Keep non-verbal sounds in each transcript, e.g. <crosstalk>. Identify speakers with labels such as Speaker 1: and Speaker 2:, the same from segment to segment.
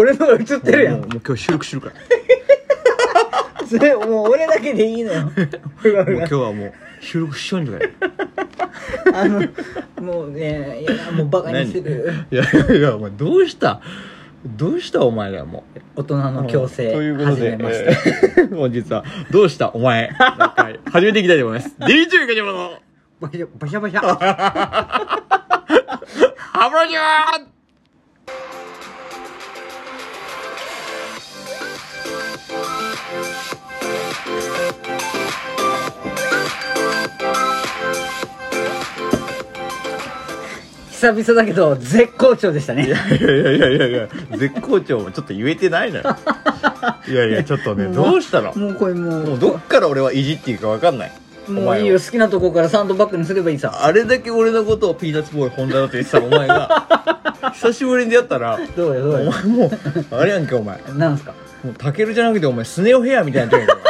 Speaker 1: 俺のが映ってるや
Speaker 2: もうんもう今日収録してるから <laughs>
Speaker 1: それもう俺だけでいい
Speaker 2: <laughs>
Speaker 1: のよ俺
Speaker 2: もう
Speaker 1: は
Speaker 2: 今日はもう収録しようんじゃない
Speaker 1: あのもうねいやもうバカにする
Speaker 2: いやいやいやお前どうしたどうしたお前らもう
Speaker 1: 大人の強制
Speaker 2: ということ
Speaker 1: 始め
Speaker 2: で
Speaker 1: ました
Speaker 2: えー <laughs> 本日は「どうしたお <laughs> 前」はい始めていきたいと思います DJ ガチャマの
Speaker 1: バシャバシャバシャ
Speaker 2: ハブラジャー
Speaker 1: 久々だけど絶好調でしたね
Speaker 2: いやいやいやいや絶好調もちょっと言えてないの <laughs> よいやいやちょっとねどうしたの
Speaker 1: もうこれもう
Speaker 2: もうどっから俺はいじっていいかわかんない
Speaker 1: もういいよ好きなとこからサンドバッグにすればいいさ
Speaker 2: あれだけ俺のことをピーナッツボーイ本田だと言ってたお前が
Speaker 1: <laughs>
Speaker 2: 久しぶりに出会ったら
Speaker 1: どうよ
Speaker 2: お
Speaker 1: どう
Speaker 2: 前
Speaker 1: よ
Speaker 2: もうあれやんけお前
Speaker 1: なんすか
Speaker 2: もうタケルじゃなくてお前スネオヘアみたいになっち
Speaker 1: <laughs>
Speaker 2: ゃうよお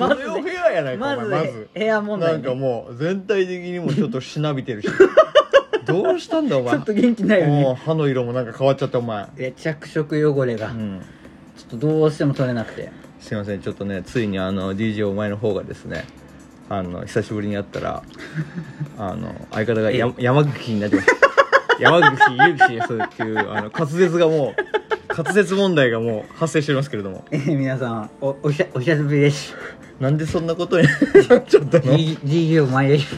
Speaker 2: 前スネオヘアやないか
Speaker 1: ま
Speaker 2: お
Speaker 1: ず
Speaker 2: 前まず
Speaker 1: 部屋問
Speaker 2: な
Speaker 1: 題
Speaker 2: ん
Speaker 1: ね
Speaker 2: かもう全体的にもうちょっとしなびて
Speaker 1: <laughs>
Speaker 2: るしどうしたんだお
Speaker 1: ち
Speaker 2: 前
Speaker 1: ょっと元気ないよね
Speaker 2: もう歯の色もなんか変わっちゃったお前
Speaker 1: いや着色汚れが、
Speaker 2: うん
Speaker 1: ちょっとどうしても取れなくて <laughs>
Speaker 2: すいませんちょっとねついにあの DJ お前の方がですねあの久しぶりに会っ
Speaker 1: <laughs>
Speaker 2: たらあの相方がや山口になっ
Speaker 1: <laughs>
Speaker 2: てました山口ゆうきですっていうあの滑舌がもう滑舌問題がもう発生しておりますけれども
Speaker 1: えー皆さんおおしゃお久しぶり
Speaker 2: <laughs>
Speaker 1: です
Speaker 2: なんでそんなことになっちゃったの
Speaker 1: G- GU 前です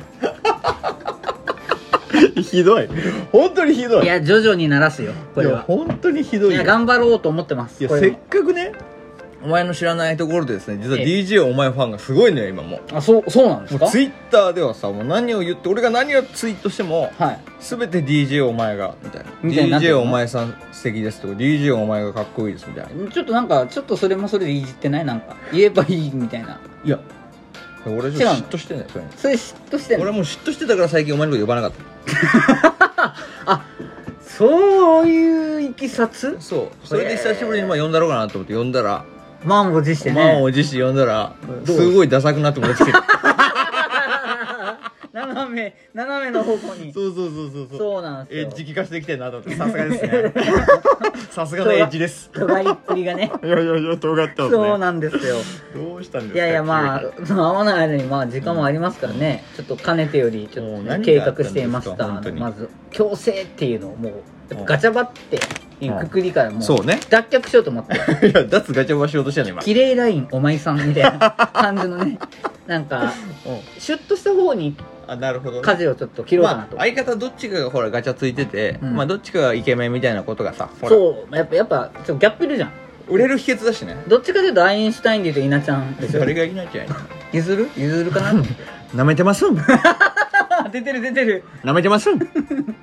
Speaker 2: ひどい本当にひどい
Speaker 1: いや徐々に鳴らすよこれ
Speaker 2: いや
Speaker 1: は
Speaker 2: 本当にひ
Speaker 1: い
Speaker 2: どいよ
Speaker 1: や頑張ろうと思ってます
Speaker 2: いや
Speaker 1: こ
Speaker 2: せ
Speaker 1: れ
Speaker 2: っかくねお前の知らないところでですね実は
Speaker 1: ええ
Speaker 2: DJ お前ファンがすごいのよ今も
Speaker 1: はあそうそうなんで
Speaker 2: も
Speaker 1: す
Speaker 2: う
Speaker 1: か
Speaker 2: ツイッターではさもう何を言って俺が何をツイートしても
Speaker 1: はい
Speaker 2: 全て DJ お前がみたいな
Speaker 1: みたいになってる
Speaker 2: DJ
Speaker 1: の
Speaker 2: お前さん素敵ですとか DJ お前がかっこいいですみたいな
Speaker 1: ちょっとなんかちょっとそれもそれでいじってないなんか言えばいいみたいない
Speaker 2: や俺ちょっと嫉妬してんだよそれに
Speaker 1: それ嫉妬してん
Speaker 2: 俺
Speaker 1: の
Speaker 2: はもう嫉妬してたから最近お前のこと呼ばなかっ
Speaker 1: そういういきさつ
Speaker 2: たそうそれで久しぶりにまあ呼んだろうかなと思って呼んだら
Speaker 1: 満を持して
Speaker 2: 満
Speaker 1: ね
Speaker 2: を持して呼んだら
Speaker 1: どう
Speaker 2: すごいダサくなって戻ってきて
Speaker 1: 斜め斜めの方向に
Speaker 2: <laughs> そうそうそうそうう
Speaker 1: そうなんです
Speaker 2: エ
Speaker 1: よ
Speaker 2: ッジ聞かせてきてるなと思ってさすがです <laughs> ねさすがのエッジです
Speaker 1: とがいっぷりがね
Speaker 2: いやいやいや尖ったんですね
Speaker 1: そうなんですよ
Speaker 2: どうしたんです
Speaker 1: い
Speaker 2: か
Speaker 1: やいやまあ
Speaker 2: 急に
Speaker 1: その合わない間にまあ時間もありますからね、ちょっとかねてよりちょっ
Speaker 2: もう
Speaker 1: とね、
Speaker 2: 何
Speaker 1: 計
Speaker 2: があ
Speaker 1: 画
Speaker 2: ったんです
Speaker 1: して
Speaker 2: か
Speaker 1: いましたあ
Speaker 2: 本当
Speaker 1: の
Speaker 2: に
Speaker 1: まず強制っていうのをもうやっぱガチャバっていうくくりからも
Speaker 2: そうね
Speaker 1: 脱却しようと思って
Speaker 2: いや脱ガチャバしようとしてんの今
Speaker 1: 綺麗ラインお前さんみたいな感じ
Speaker 2: <laughs>
Speaker 1: のねなんか
Speaker 2: うん
Speaker 1: シュッとした方に
Speaker 2: あなるほどね
Speaker 1: 舵をちょっと切ろうかな
Speaker 2: ま
Speaker 1: と、
Speaker 2: あ、相方どっちかがほらガチャついてて、
Speaker 1: うん
Speaker 2: まあどっちかがイケメンみたいなことがさほら
Speaker 1: そうやっぱやっぱちょっとギャップいるじゃん
Speaker 2: 売れる秘訣だしね
Speaker 1: どっちかというとアインシュタインで言うと稲ちゃんでしょ
Speaker 2: それがいないんじゃない
Speaker 1: 譲る譲るかな
Speaker 2: なめてます <laughs> んな
Speaker 1: あ <laughs> 出てる出てる
Speaker 2: めてますん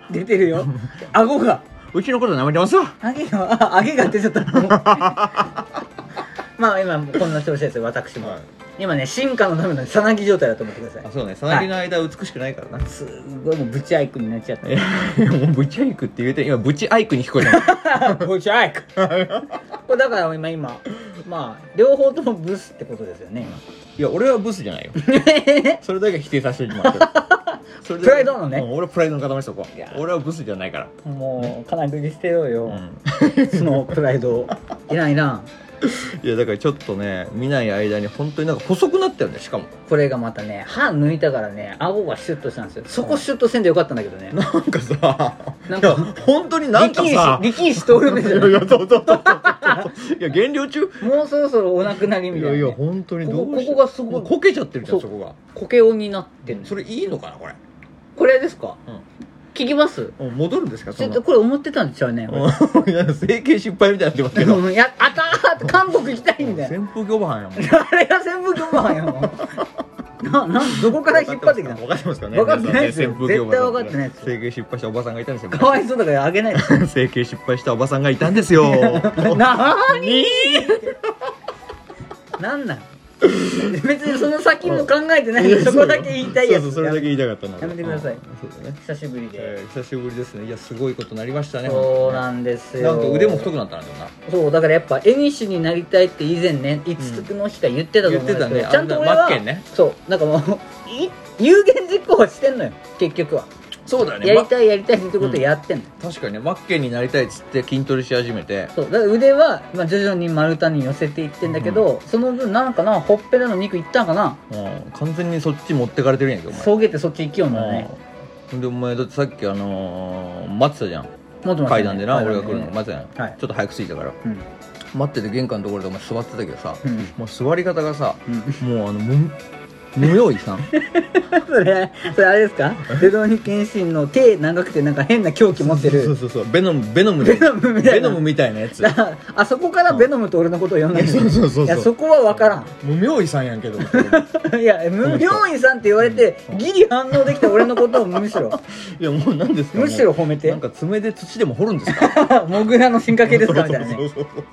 Speaker 1: 出てるよ
Speaker 2: <laughs>
Speaker 1: 顎が
Speaker 2: うちのことなめてますわ
Speaker 1: 揚げが、あ揚げが出ちゃった。 <laughs> まあ今こんな調子ですよ、私も。
Speaker 2: はい
Speaker 1: 今ね、進化のためのさなぎ状態だと思ってください
Speaker 2: あ。そうねさなぎの間は美しくないからな、
Speaker 1: すごいもうブチアイクになっちゃっ
Speaker 2: <laughs> いやいやもうブチアイクって言えて今ブチアイクに聞こえた
Speaker 1: た。ブチアイク <laughs> これだから今今、まあ、両方ともブスってことですよね、
Speaker 2: <laughs> いや俺はブスじゃない <laughs> よそれだけ否定させてもらってる <laughs> それだ
Speaker 1: プ
Speaker 2: け
Speaker 1: ライドのね
Speaker 2: うん俺はプライドの塊そこ
Speaker 1: いや
Speaker 2: 俺はブスじゃないから
Speaker 1: 今。もう、かなりに捨てようよ
Speaker 2: う。ん
Speaker 1: そのプライドを。いらんいらん。
Speaker 2: <laughs> いやだからちょっとね見ない間に本当になんか細くなったよねしかも
Speaker 1: これがまたね、歯抜いたからね、顎がシュッとしたんですよ。そこシュッとせんでよかったんだけどね。
Speaker 2: なんかさ
Speaker 1: なんか
Speaker 2: いや本当になんかさ
Speaker 1: 力士、力士通るんですよ。
Speaker 2: いやそうそうそうそ
Speaker 1: <laughs>
Speaker 2: うそういや減量中
Speaker 1: もうそろそろお亡くなりみ
Speaker 2: い
Speaker 1: たいな
Speaker 2: や
Speaker 1: ね、
Speaker 2: いや本当にどうし
Speaker 1: ここここがすごい
Speaker 2: もうこけちゃってるじゃん
Speaker 1: そ
Speaker 2: そうこが
Speaker 1: コケオになってる
Speaker 2: それいいのかなこれ
Speaker 1: これですか、
Speaker 2: うん
Speaker 1: 聞きます
Speaker 2: もう戻るんですか
Speaker 1: ち
Speaker 2: そ
Speaker 1: ょっ
Speaker 2: んな
Speaker 1: とこれ思ってたんちゃうね、
Speaker 2: うんいや整形失敗みたいになってますけど
Speaker 1: うん、やあたー韓国行きたいんだよ
Speaker 2: 扇風機おばはんやもん
Speaker 1: あれが全部業務やもんななんどこから引っ張ってきたの
Speaker 2: 分かってますかね
Speaker 1: 分かってないですよ
Speaker 2: 皆さんね扇風機
Speaker 1: 絶対
Speaker 2: おばさん
Speaker 1: 分かってないですよ
Speaker 2: 整形失敗したおばさんがいたんですよ
Speaker 1: かわいそうだからあげないで
Speaker 2: 整形失敗したおばさんがいたんで
Speaker 1: <laughs>
Speaker 2: すよ
Speaker 1: なー
Speaker 2: に
Speaker 1: なんなん別にその先も考えてないでそこだけ言いたいやつ
Speaker 2: そうそうそれだけ言いたかったの
Speaker 1: やめてください
Speaker 2: うんそうだね
Speaker 1: 久しぶり
Speaker 2: え
Speaker 1: で、
Speaker 2: ー久しぶりですねいやすごいことになりましたね
Speaker 1: そう
Speaker 2: 本
Speaker 1: なんです
Speaker 2: 当にね
Speaker 1: よ
Speaker 2: なんか腕も太くなったなでもな
Speaker 1: そうだからやっぱ絵師になりたいって以前ねいつつの日か言ってたと思うんですけど、
Speaker 2: 言ってたね
Speaker 1: ちゃんと俺
Speaker 2: あのマ
Speaker 1: は <laughs>
Speaker 2: ッケンね
Speaker 1: そうなんかもうい有言実行はしてんのよ結局は
Speaker 2: そうだよね
Speaker 1: やりたいやりたいってことでやってんの、
Speaker 2: 確かにねマッケンになりたいっつって筋トレし始めて
Speaker 1: そうだから腕は、まあ、徐々に丸太に寄せていってんだけど、その分なんかなほっぺたの肉いったんかな
Speaker 2: うん完全にそっち持ってかれてるんやけどお前
Speaker 1: そげてそっち行きよんだね
Speaker 2: うんでお前だってさっきあのー待ってたじゃん
Speaker 1: もっと待ってね
Speaker 2: 階段でな
Speaker 1: 階
Speaker 2: 俺
Speaker 1: 段
Speaker 2: が来るの待ってたじゃん、
Speaker 1: はい
Speaker 2: ちょっと早く着いたから
Speaker 1: うん <laughs>
Speaker 2: 待ってて玄関のところでお前座ってたけどさ、
Speaker 1: うん
Speaker 2: もう座り方がさ、
Speaker 1: う
Speaker 2: もうあのむ無用意
Speaker 1: <laughs>
Speaker 2: さん
Speaker 1: それそれあれです
Speaker 2: <laughs>
Speaker 1: かルドニケンシンの手長くてなんか変な凶器持って
Speaker 2: そう
Speaker 1: る
Speaker 2: そうそうベノムベノム
Speaker 1: ベノムみたいな
Speaker 2: ベノムみたいな
Speaker 1: <laughs>
Speaker 2: やつ
Speaker 1: だからあそこからベノムと俺のことを呼んでる
Speaker 2: そうそうそうそう
Speaker 1: いやそこは分からん
Speaker 2: 無用意さんやんけど
Speaker 1: いや無病院さんって言われてギリ反応できた俺のことをむし
Speaker 2: <laughs>
Speaker 1: ろ
Speaker 2: いやもう何ですかもう
Speaker 1: むしろ褒めて
Speaker 2: なんか爪で土でも掘るんです
Speaker 1: <laughs>
Speaker 2: か
Speaker 1: モグラの進化系ですかみたいな
Speaker 2: そう
Speaker 1: ね
Speaker 2: そうそうそう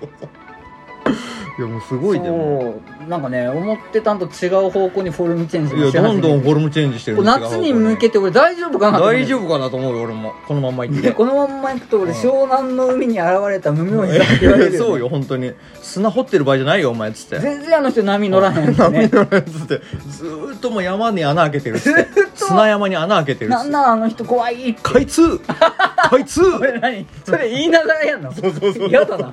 Speaker 2: いやもうすごいでも
Speaker 1: そうなんかね思ってたんと違う方向にフォルムチェンジ
Speaker 2: いや
Speaker 1: してま
Speaker 2: ど
Speaker 1: す
Speaker 2: んどんフォルムチェンジしてる
Speaker 1: 夏に向
Speaker 2: て
Speaker 1: けて俺大丈夫かなと思って
Speaker 2: 大丈夫かなと思うよ俺もこのまんま行って
Speaker 1: で <laughs> このまんまいくと俺
Speaker 2: うん
Speaker 1: 湘南の海に現れた無病院さんって言われる、
Speaker 2: え <laughs> そうよ本当に砂掘ってる場合じゃないよお前っつって
Speaker 1: 全然あの人波乗らへんよ
Speaker 2: <laughs>
Speaker 1: ね
Speaker 2: ずーっともう山に穴開けてるっつって
Speaker 1: ずーっと
Speaker 2: 砂山に穴開けてるっ
Speaker 1: な
Speaker 2: つっ
Speaker 1: ん
Speaker 2: て
Speaker 1: なんあの人怖いって <laughs>
Speaker 2: 開通開通
Speaker 1: それ何それ言いながらやんの
Speaker 2: うそうそう
Speaker 1: 嫌だな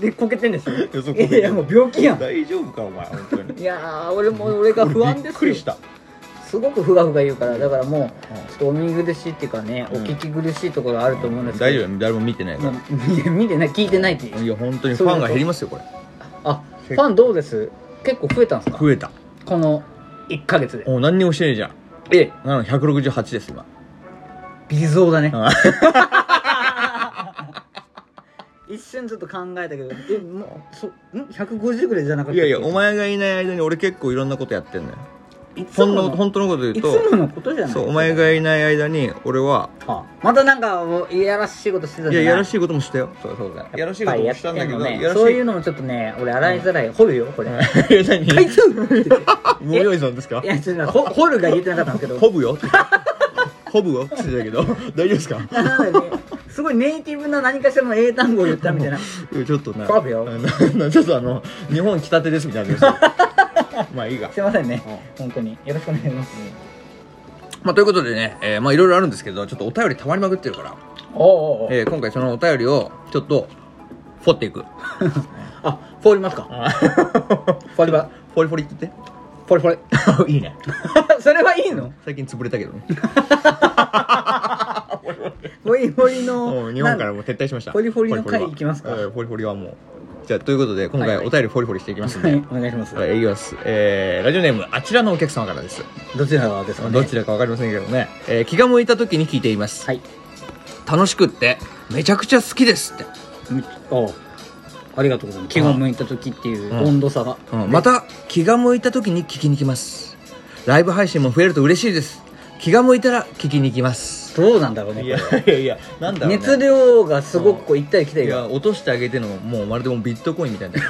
Speaker 1: でこけてんでしょ
Speaker 2: やそうこ
Speaker 1: いや
Speaker 2: けてる
Speaker 1: いやもう病気やん
Speaker 2: 大丈夫かお前本当に
Speaker 1: いやー俺も俺が <laughs> 不安
Speaker 2: 俺び
Speaker 1: で
Speaker 2: っ
Speaker 1: す
Speaker 2: く
Speaker 1: よ
Speaker 2: りした
Speaker 1: すごくふがふが言うからだからもう
Speaker 2: うん
Speaker 1: ちょっとお見苦しいっていうかね、
Speaker 2: うん
Speaker 1: お聞き苦しいところあると思うんです
Speaker 2: 大
Speaker 1: け
Speaker 2: 丈
Speaker 1: ど、
Speaker 2: 夫誰も見てないか
Speaker 1: まあいや見てない聞いてないって
Speaker 2: らいや本当にファンが減りますよこれ
Speaker 1: あファンどうです結構増えたんですか
Speaker 2: 増えた
Speaker 1: この1か月で
Speaker 2: もう何にもしてねえじゃん
Speaker 1: ええ
Speaker 2: なの168です今
Speaker 1: 微増だね
Speaker 2: うん
Speaker 1: <laughs> 一瞬ちょっと考えたけどえもうそん150ぐらいじゃなかったっ
Speaker 2: い
Speaker 1: け
Speaker 2: やいやお前がいない間に俺結構いろんなことやってんのよ
Speaker 1: いつ
Speaker 2: ほん
Speaker 1: も
Speaker 2: の
Speaker 1: の
Speaker 2: 本当のこと言う
Speaker 1: いつ
Speaker 2: と
Speaker 1: ものことじゃない
Speaker 2: そうお前がいない間に俺は
Speaker 1: あまたなんかもういやらしいことしてた
Speaker 2: い
Speaker 1: じ
Speaker 2: や
Speaker 1: ゃない
Speaker 2: やら
Speaker 1: い
Speaker 2: しいこともしたよそうそうだやらしい
Speaker 1: っ
Speaker 2: こ
Speaker 1: ぱ
Speaker 2: と
Speaker 1: りや
Speaker 2: も
Speaker 1: っ
Speaker 2: した
Speaker 1: て
Speaker 2: んだ
Speaker 1: ん
Speaker 2: け
Speaker 1: の
Speaker 2: ど
Speaker 1: ね
Speaker 2: やらし
Speaker 1: そうい
Speaker 2: いう
Speaker 1: のもちょっとね俺洗いざらい掘るよこれ「
Speaker 2: いや <laughs> 何
Speaker 1: あ <laughs> いつ!」って
Speaker 2: 無用意さんですか
Speaker 1: いやちょっとほ掘るが言えてなかったんですけど
Speaker 2: ほぶよ <laughs> ってほぶよって言ってたけど大丈夫ですか
Speaker 1: なんかねすごいネイティブな何かしらの英単語を言ったみたいな
Speaker 2: いやちょっとな
Speaker 1: ほぶよ
Speaker 2: ななちょっとあの <laughs> 日本来たてですみたいな感
Speaker 1: <laughs>
Speaker 2: じまあいいが
Speaker 1: すいませんね本当によろしくお願いします
Speaker 2: まあということでね、えーまあいろいろあるんですけどちょっとお便りたまりまくってるから、
Speaker 1: おうおうおう
Speaker 2: えー今回そのお便りをちょっと掘っていく
Speaker 1: <laughs> あフォーリますかフォリバ
Speaker 2: ポリポリって言っ
Speaker 1: フォリフォリ
Speaker 2: て <laughs> いいね
Speaker 1: それはいいの
Speaker 2: 最近潰れたけど
Speaker 1: <laughs>
Speaker 2: ね
Speaker 1: フォリフォリの
Speaker 2: もう日本からもう撤退しました
Speaker 1: ポリフォリの
Speaker 2: ポは
Speaker 1: 回いきますか
Speaker 2: えーポリフォリはもうじゃあということで今
Speaker 1: はい
Speaker 2: 回
Speaker 1: はい
Speaker 2: お便りフォリフォリしていきますん
Speaker 1: は
Speaker 2: で、
Speaker 1: い
Speaker 2: はい
Speaker 1: お願いします
Speaker 2: いきます、えーラジオネームあちらのお客様からです、
Speaker 1: どちらですかね
Speaker 2: どちらかわかりませんけどね、えー気が向いた時に聞いています、
Speaker 1: はい
Speaker 2: 楽しくってめちゃくちゃ好きですって、
Speaker 1: みおうありがとうございます気が向いた時っていう
Speaker 2: うん
Speaker 1: 温度差が
Speaker 2: うん、また気が向いた時に聞きに来ますライブ配信も増えると嬉しいです気が向いたら聞きに来ます
Speaker 1: どうなんだろうねこれ
Speaker 2: いやいやなんだろう、ね、
Speaker 1: 熱量がすごくこう行ったり来た
Speaker 2: い
Speaker 1: り
Speaker 2: や
Speaker 1: が
Speaker 2: 落としてあげてのもうまるでもうビットコインみた <laughs> いな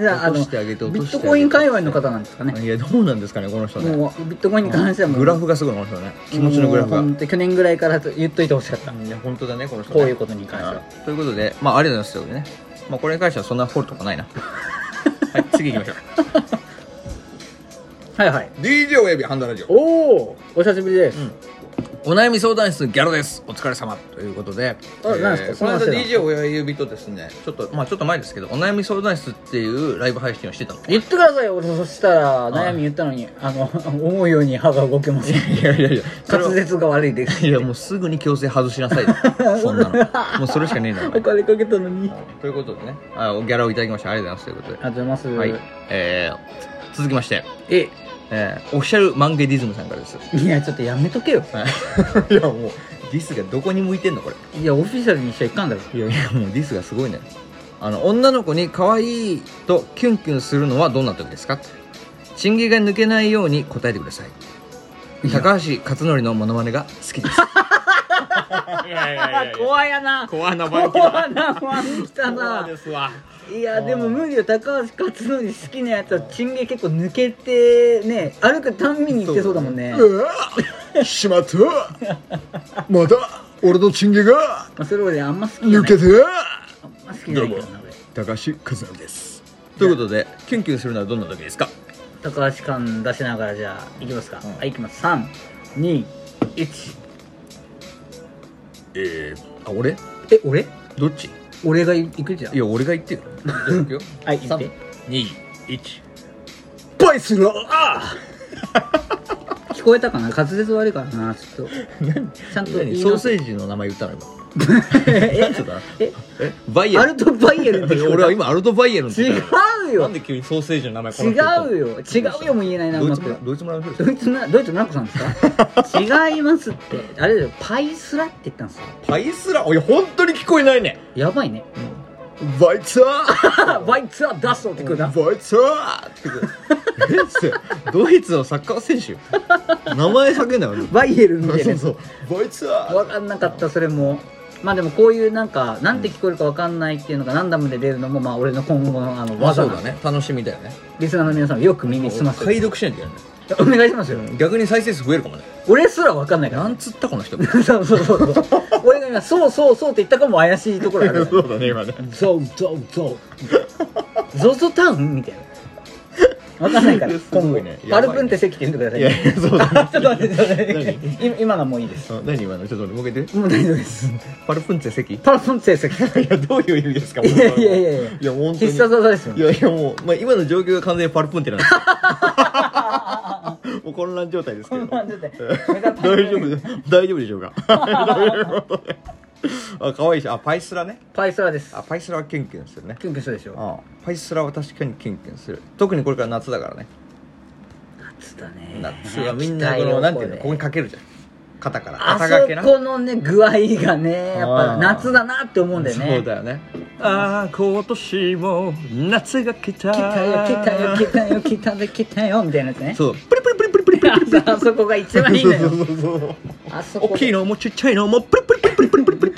Speaker 1: じ <laughs> ゃああのビ
Speaker 2: 落としてあげて落と
Speaker 1: ッ
Speaker 2: してあげて
Speaker 1: トコイン界隈の方なんですかね
Speaker 2: いやどうなんですかねこの人ね
Speaker 1: もうビットコインに関してはもう
Speaker 2: グラフがすごいこの人ね気持ちのグラフが
Speaker 1: もう本当去年ぐらいからと言っといてほしかった
Speaker 2: いや本当だねこの人ね
Speaker 1: こういうことに関しては
Speaker 2: うんということでまあありがとうございますけどねまあこれに関してはそんな掘るとか <laughs> ないなはい次行きましょ
Speaker 1: はいはいう
Speaker 2: DJ 親指ハンダラジオ
Speaker 1: おおお久しぶりです、
Speaker 2: お悩み相談室ギャロですお疲れ様ということで、え
Speaker 1: 何ですか
Speaker 2: この間
Speaker 1: そんな話
Speaker 2: DJ 親指とですねちょっとまあちょっと前ですけどお悩み相談室っていうライブ配信をしてたの
Speaker 1: 言ってくださいよ俺そしたら悩み言ったのにあの <laughs> 思うように歯が動けません
Speaker 2: いやいやいやそれ
Speaker 1: 滑
Speaker 2: は
Speaker 1: 舌が悪い
Speaker 2: <laughs>
Speaker 1: です
Speaker 2: いやもうすぐに強制外しなさ
Speaker 1: <laughs>
Speaker 2: いよそんなのもうそれしかねえんだ
Speaker 1: お金かけたのにあり
Speaker 2: ということでねあギャラをいただきましてありがとうございますというこ
Speaker 1: がとうございます、
Speaker 2: とで、はいえー続きまして、
Speaker 1: え
Speaker 2: えーオフィシャルマンゲディズムさんか
Speaker 1: <laughs>
Speaker 2: らです
Speaker 1: いやちょっとやめとけよ
Speaker 2: い <laughs> やもうディスがどこに向いてんのこれ
Speaker 1: いやオフィシャルにしちゃいかんだろ
Speaker 2: いやいやもうディスがすごいねあの女の子に可愛いとキュンキュンするのはどんな時ですかチン毛が抜けないように答えてください高橋克典のモノマネが好きですいやい
Speaker 1: <laughs> 怖やな
Speaker 2: 怖な
Speaker 1: 怖やなファン来たな
Speaker 2: ですわ
Speaker 1: いやでも無理よ高橋克典好きなやつはチンゲ結構抜けてね歩くたんびに行ってそうだもんね
Speaker 2: うわしまったまた俺のチン毛が
Speaker 1: まあ、それ俺あんま好きじゃ
Speaker 2: 抜
Speaker 1: ない
Speaker 2: けて
Speaker 1: あんま好きじゃないからな俺
Speaker 2: 高橋克典ですということでキュンキュンするのはどんな時ですか
Speaker 1: 高橋感出しながらじゃあいきますか、
Speaker 2: うん
Speaker 1: はいいきます321 1
Speaker 2: えー、あ俺
Speaker 1: え俺
Speaker 2: どっち
Speaker 1: 俺が行くじゃん
Speaker 2: いや俺が言 <laughs> ってるじゃあ行くよ
Speaker 1: はい言って
Speaker 2: 321
Speaker 1: バイスのあー聞こえたかな滑舌悪いからなちょっとちゃんと言い
Speaker 2: ソー
Speaker 1: 直す
Speaker 2: セージの名前言ったの今
Speaker 1: <laughs> え
Speaker 2: 何つった
Speaker 1: え
Speaker 2: えバイエ
Speaker 1: ア
Speaker 2: ル
Speaker 1: ルトバイエルンって聞こえた
Speaker 2: 俺は今アルトバイエルンって言った
Speaker 1: 違うよ
Speaker 2: なんで急にソーセージの名前この人言ったの
Speaker 1: 違うよ違うよも言えないなう
Speaker 2: ドイ
Speaker 1: ま
Speaker 2: ツ
Speaker 1: く
Speaker 2: 村ドイツ村の人で
Speaker 1: ドイツなドイツのナコさんですか違いますってあれだよパイスラって言ったんですよ
Speaker 2: すパイスラおい本当に聞こえないね
Speaker 1: やばい
Speaker 2: <laughs>
Speaker 1: ね
Speaker 2: バイツァー
Speaker 1: バイツは出そうってくるな
Speaker 2: バイツァーって言うえっドイツのサッカー選手名前叫んだよね
Speaker 1: バイエルンみたいな
Speaker 2: そ
Speaker 1: や
Speaker 2: う
Speaker 1: つ
Speaker 2: そうバイツァー
Speaker 1: 分かんなかったそれもまあでもこういうなんかなんて聞こえるか分かんないっていうのがランダムで出るのもまあ俺の今後のあの
Speaker 2: まあ
Speaker 1: 技
Speaker 2: そう
Speaker 1: なんで
Speaker 2: だね楽しみだよね
Speaker 1: リスナーの皆さんよく耳澄ませて
Speaker 2: 解読しないといけないね
Speaker 1: お願いしますよ
Speaker 2: 逆に再生数増えるかもね
Speaker 1: 俺すら分かんないから
Speaker 2: な
Speaker 1: ね
Speaker 2: んつったこの人
Speaker 1: <laughs> そうそうそうそう俺が今そうそうそうって言ったかも怪しいとこ
Speaker 2: <laughs>
Speaker 1: ろある
Speaker 2: うだね今ね
Speaker 1: ゾウゾウゾウゾゾタウンみたいな分かんないから
Speaker 2: すごい
Speaker 1: 今後
Speaker 2: ね
Speaker 1: アルプンって席って言ってください
Speaker 2: いやいやそうだね
Speaker 1: あちょっと待ってちょっと待って今今のはもういいです
Speaker 2: あ何今のちょっと待ってもう一回言って
Speaker 1: もう大丈夫です
Speaker 2: パルプンツェ席い
Speaker 1: パラソン成績
Speaker 2: やどういう意味ですか
Speaker 1: いやいやいやいや
Speaker 2: いや本当
Speaker 1: 必
Speaker 2: に
Speaker 1: 殺技ですよ
Speaker 2: いやいやもう、まあ、今の状況が完全にパルプンテなん <laughs> ですよもう混乱状態ですけ
Speaker 1: こ
Speaker 2: ど
Speaker 1: んなんちょっと
Speaker 2: 大丈夫で大丈夫でし <laughs> ょうかあ可愛いしあパイスラね
Speaker 1: パイスラです
Speaker 2: あパイスラはキュンキュンするね
Speaker 1: キュンキュンするでしょ
Speaker 2: あパイスラは確かにキュンキュンする特にこれから夏だからね
Speaker 1: 夏だね
Speaker 2: 夏はみんなこのなんていうのここにかけるじゃん肩から
Speaker 1: あ
Speaker 2: 肩掛けな
Speaker 1: そこのね具合がねやっ
Speaker 2: あ
Speaker 1: ぱ
Speaker 2: ー
Speaker 1: 夏だなって思うんだよね
Speaker 2: そうだよねああ今年も夏が来た
Speaker 1: 来たよ来たよ来たよ来たよ来たよみたいなやつね
Speaker 2: そうプリプリプリプリプリ
Speaker 1: <laughs>
Speaker 2: プリ
Speaker 1: あそうあそこが一番いいのよ
Speaker 2: そうそうそうそう
Speaker 1: あそこ
Speaker 2: 大きい
Speaker 1: で
Speaker 2: のもちっちゃいのもプリプリプリプリプリプリプリ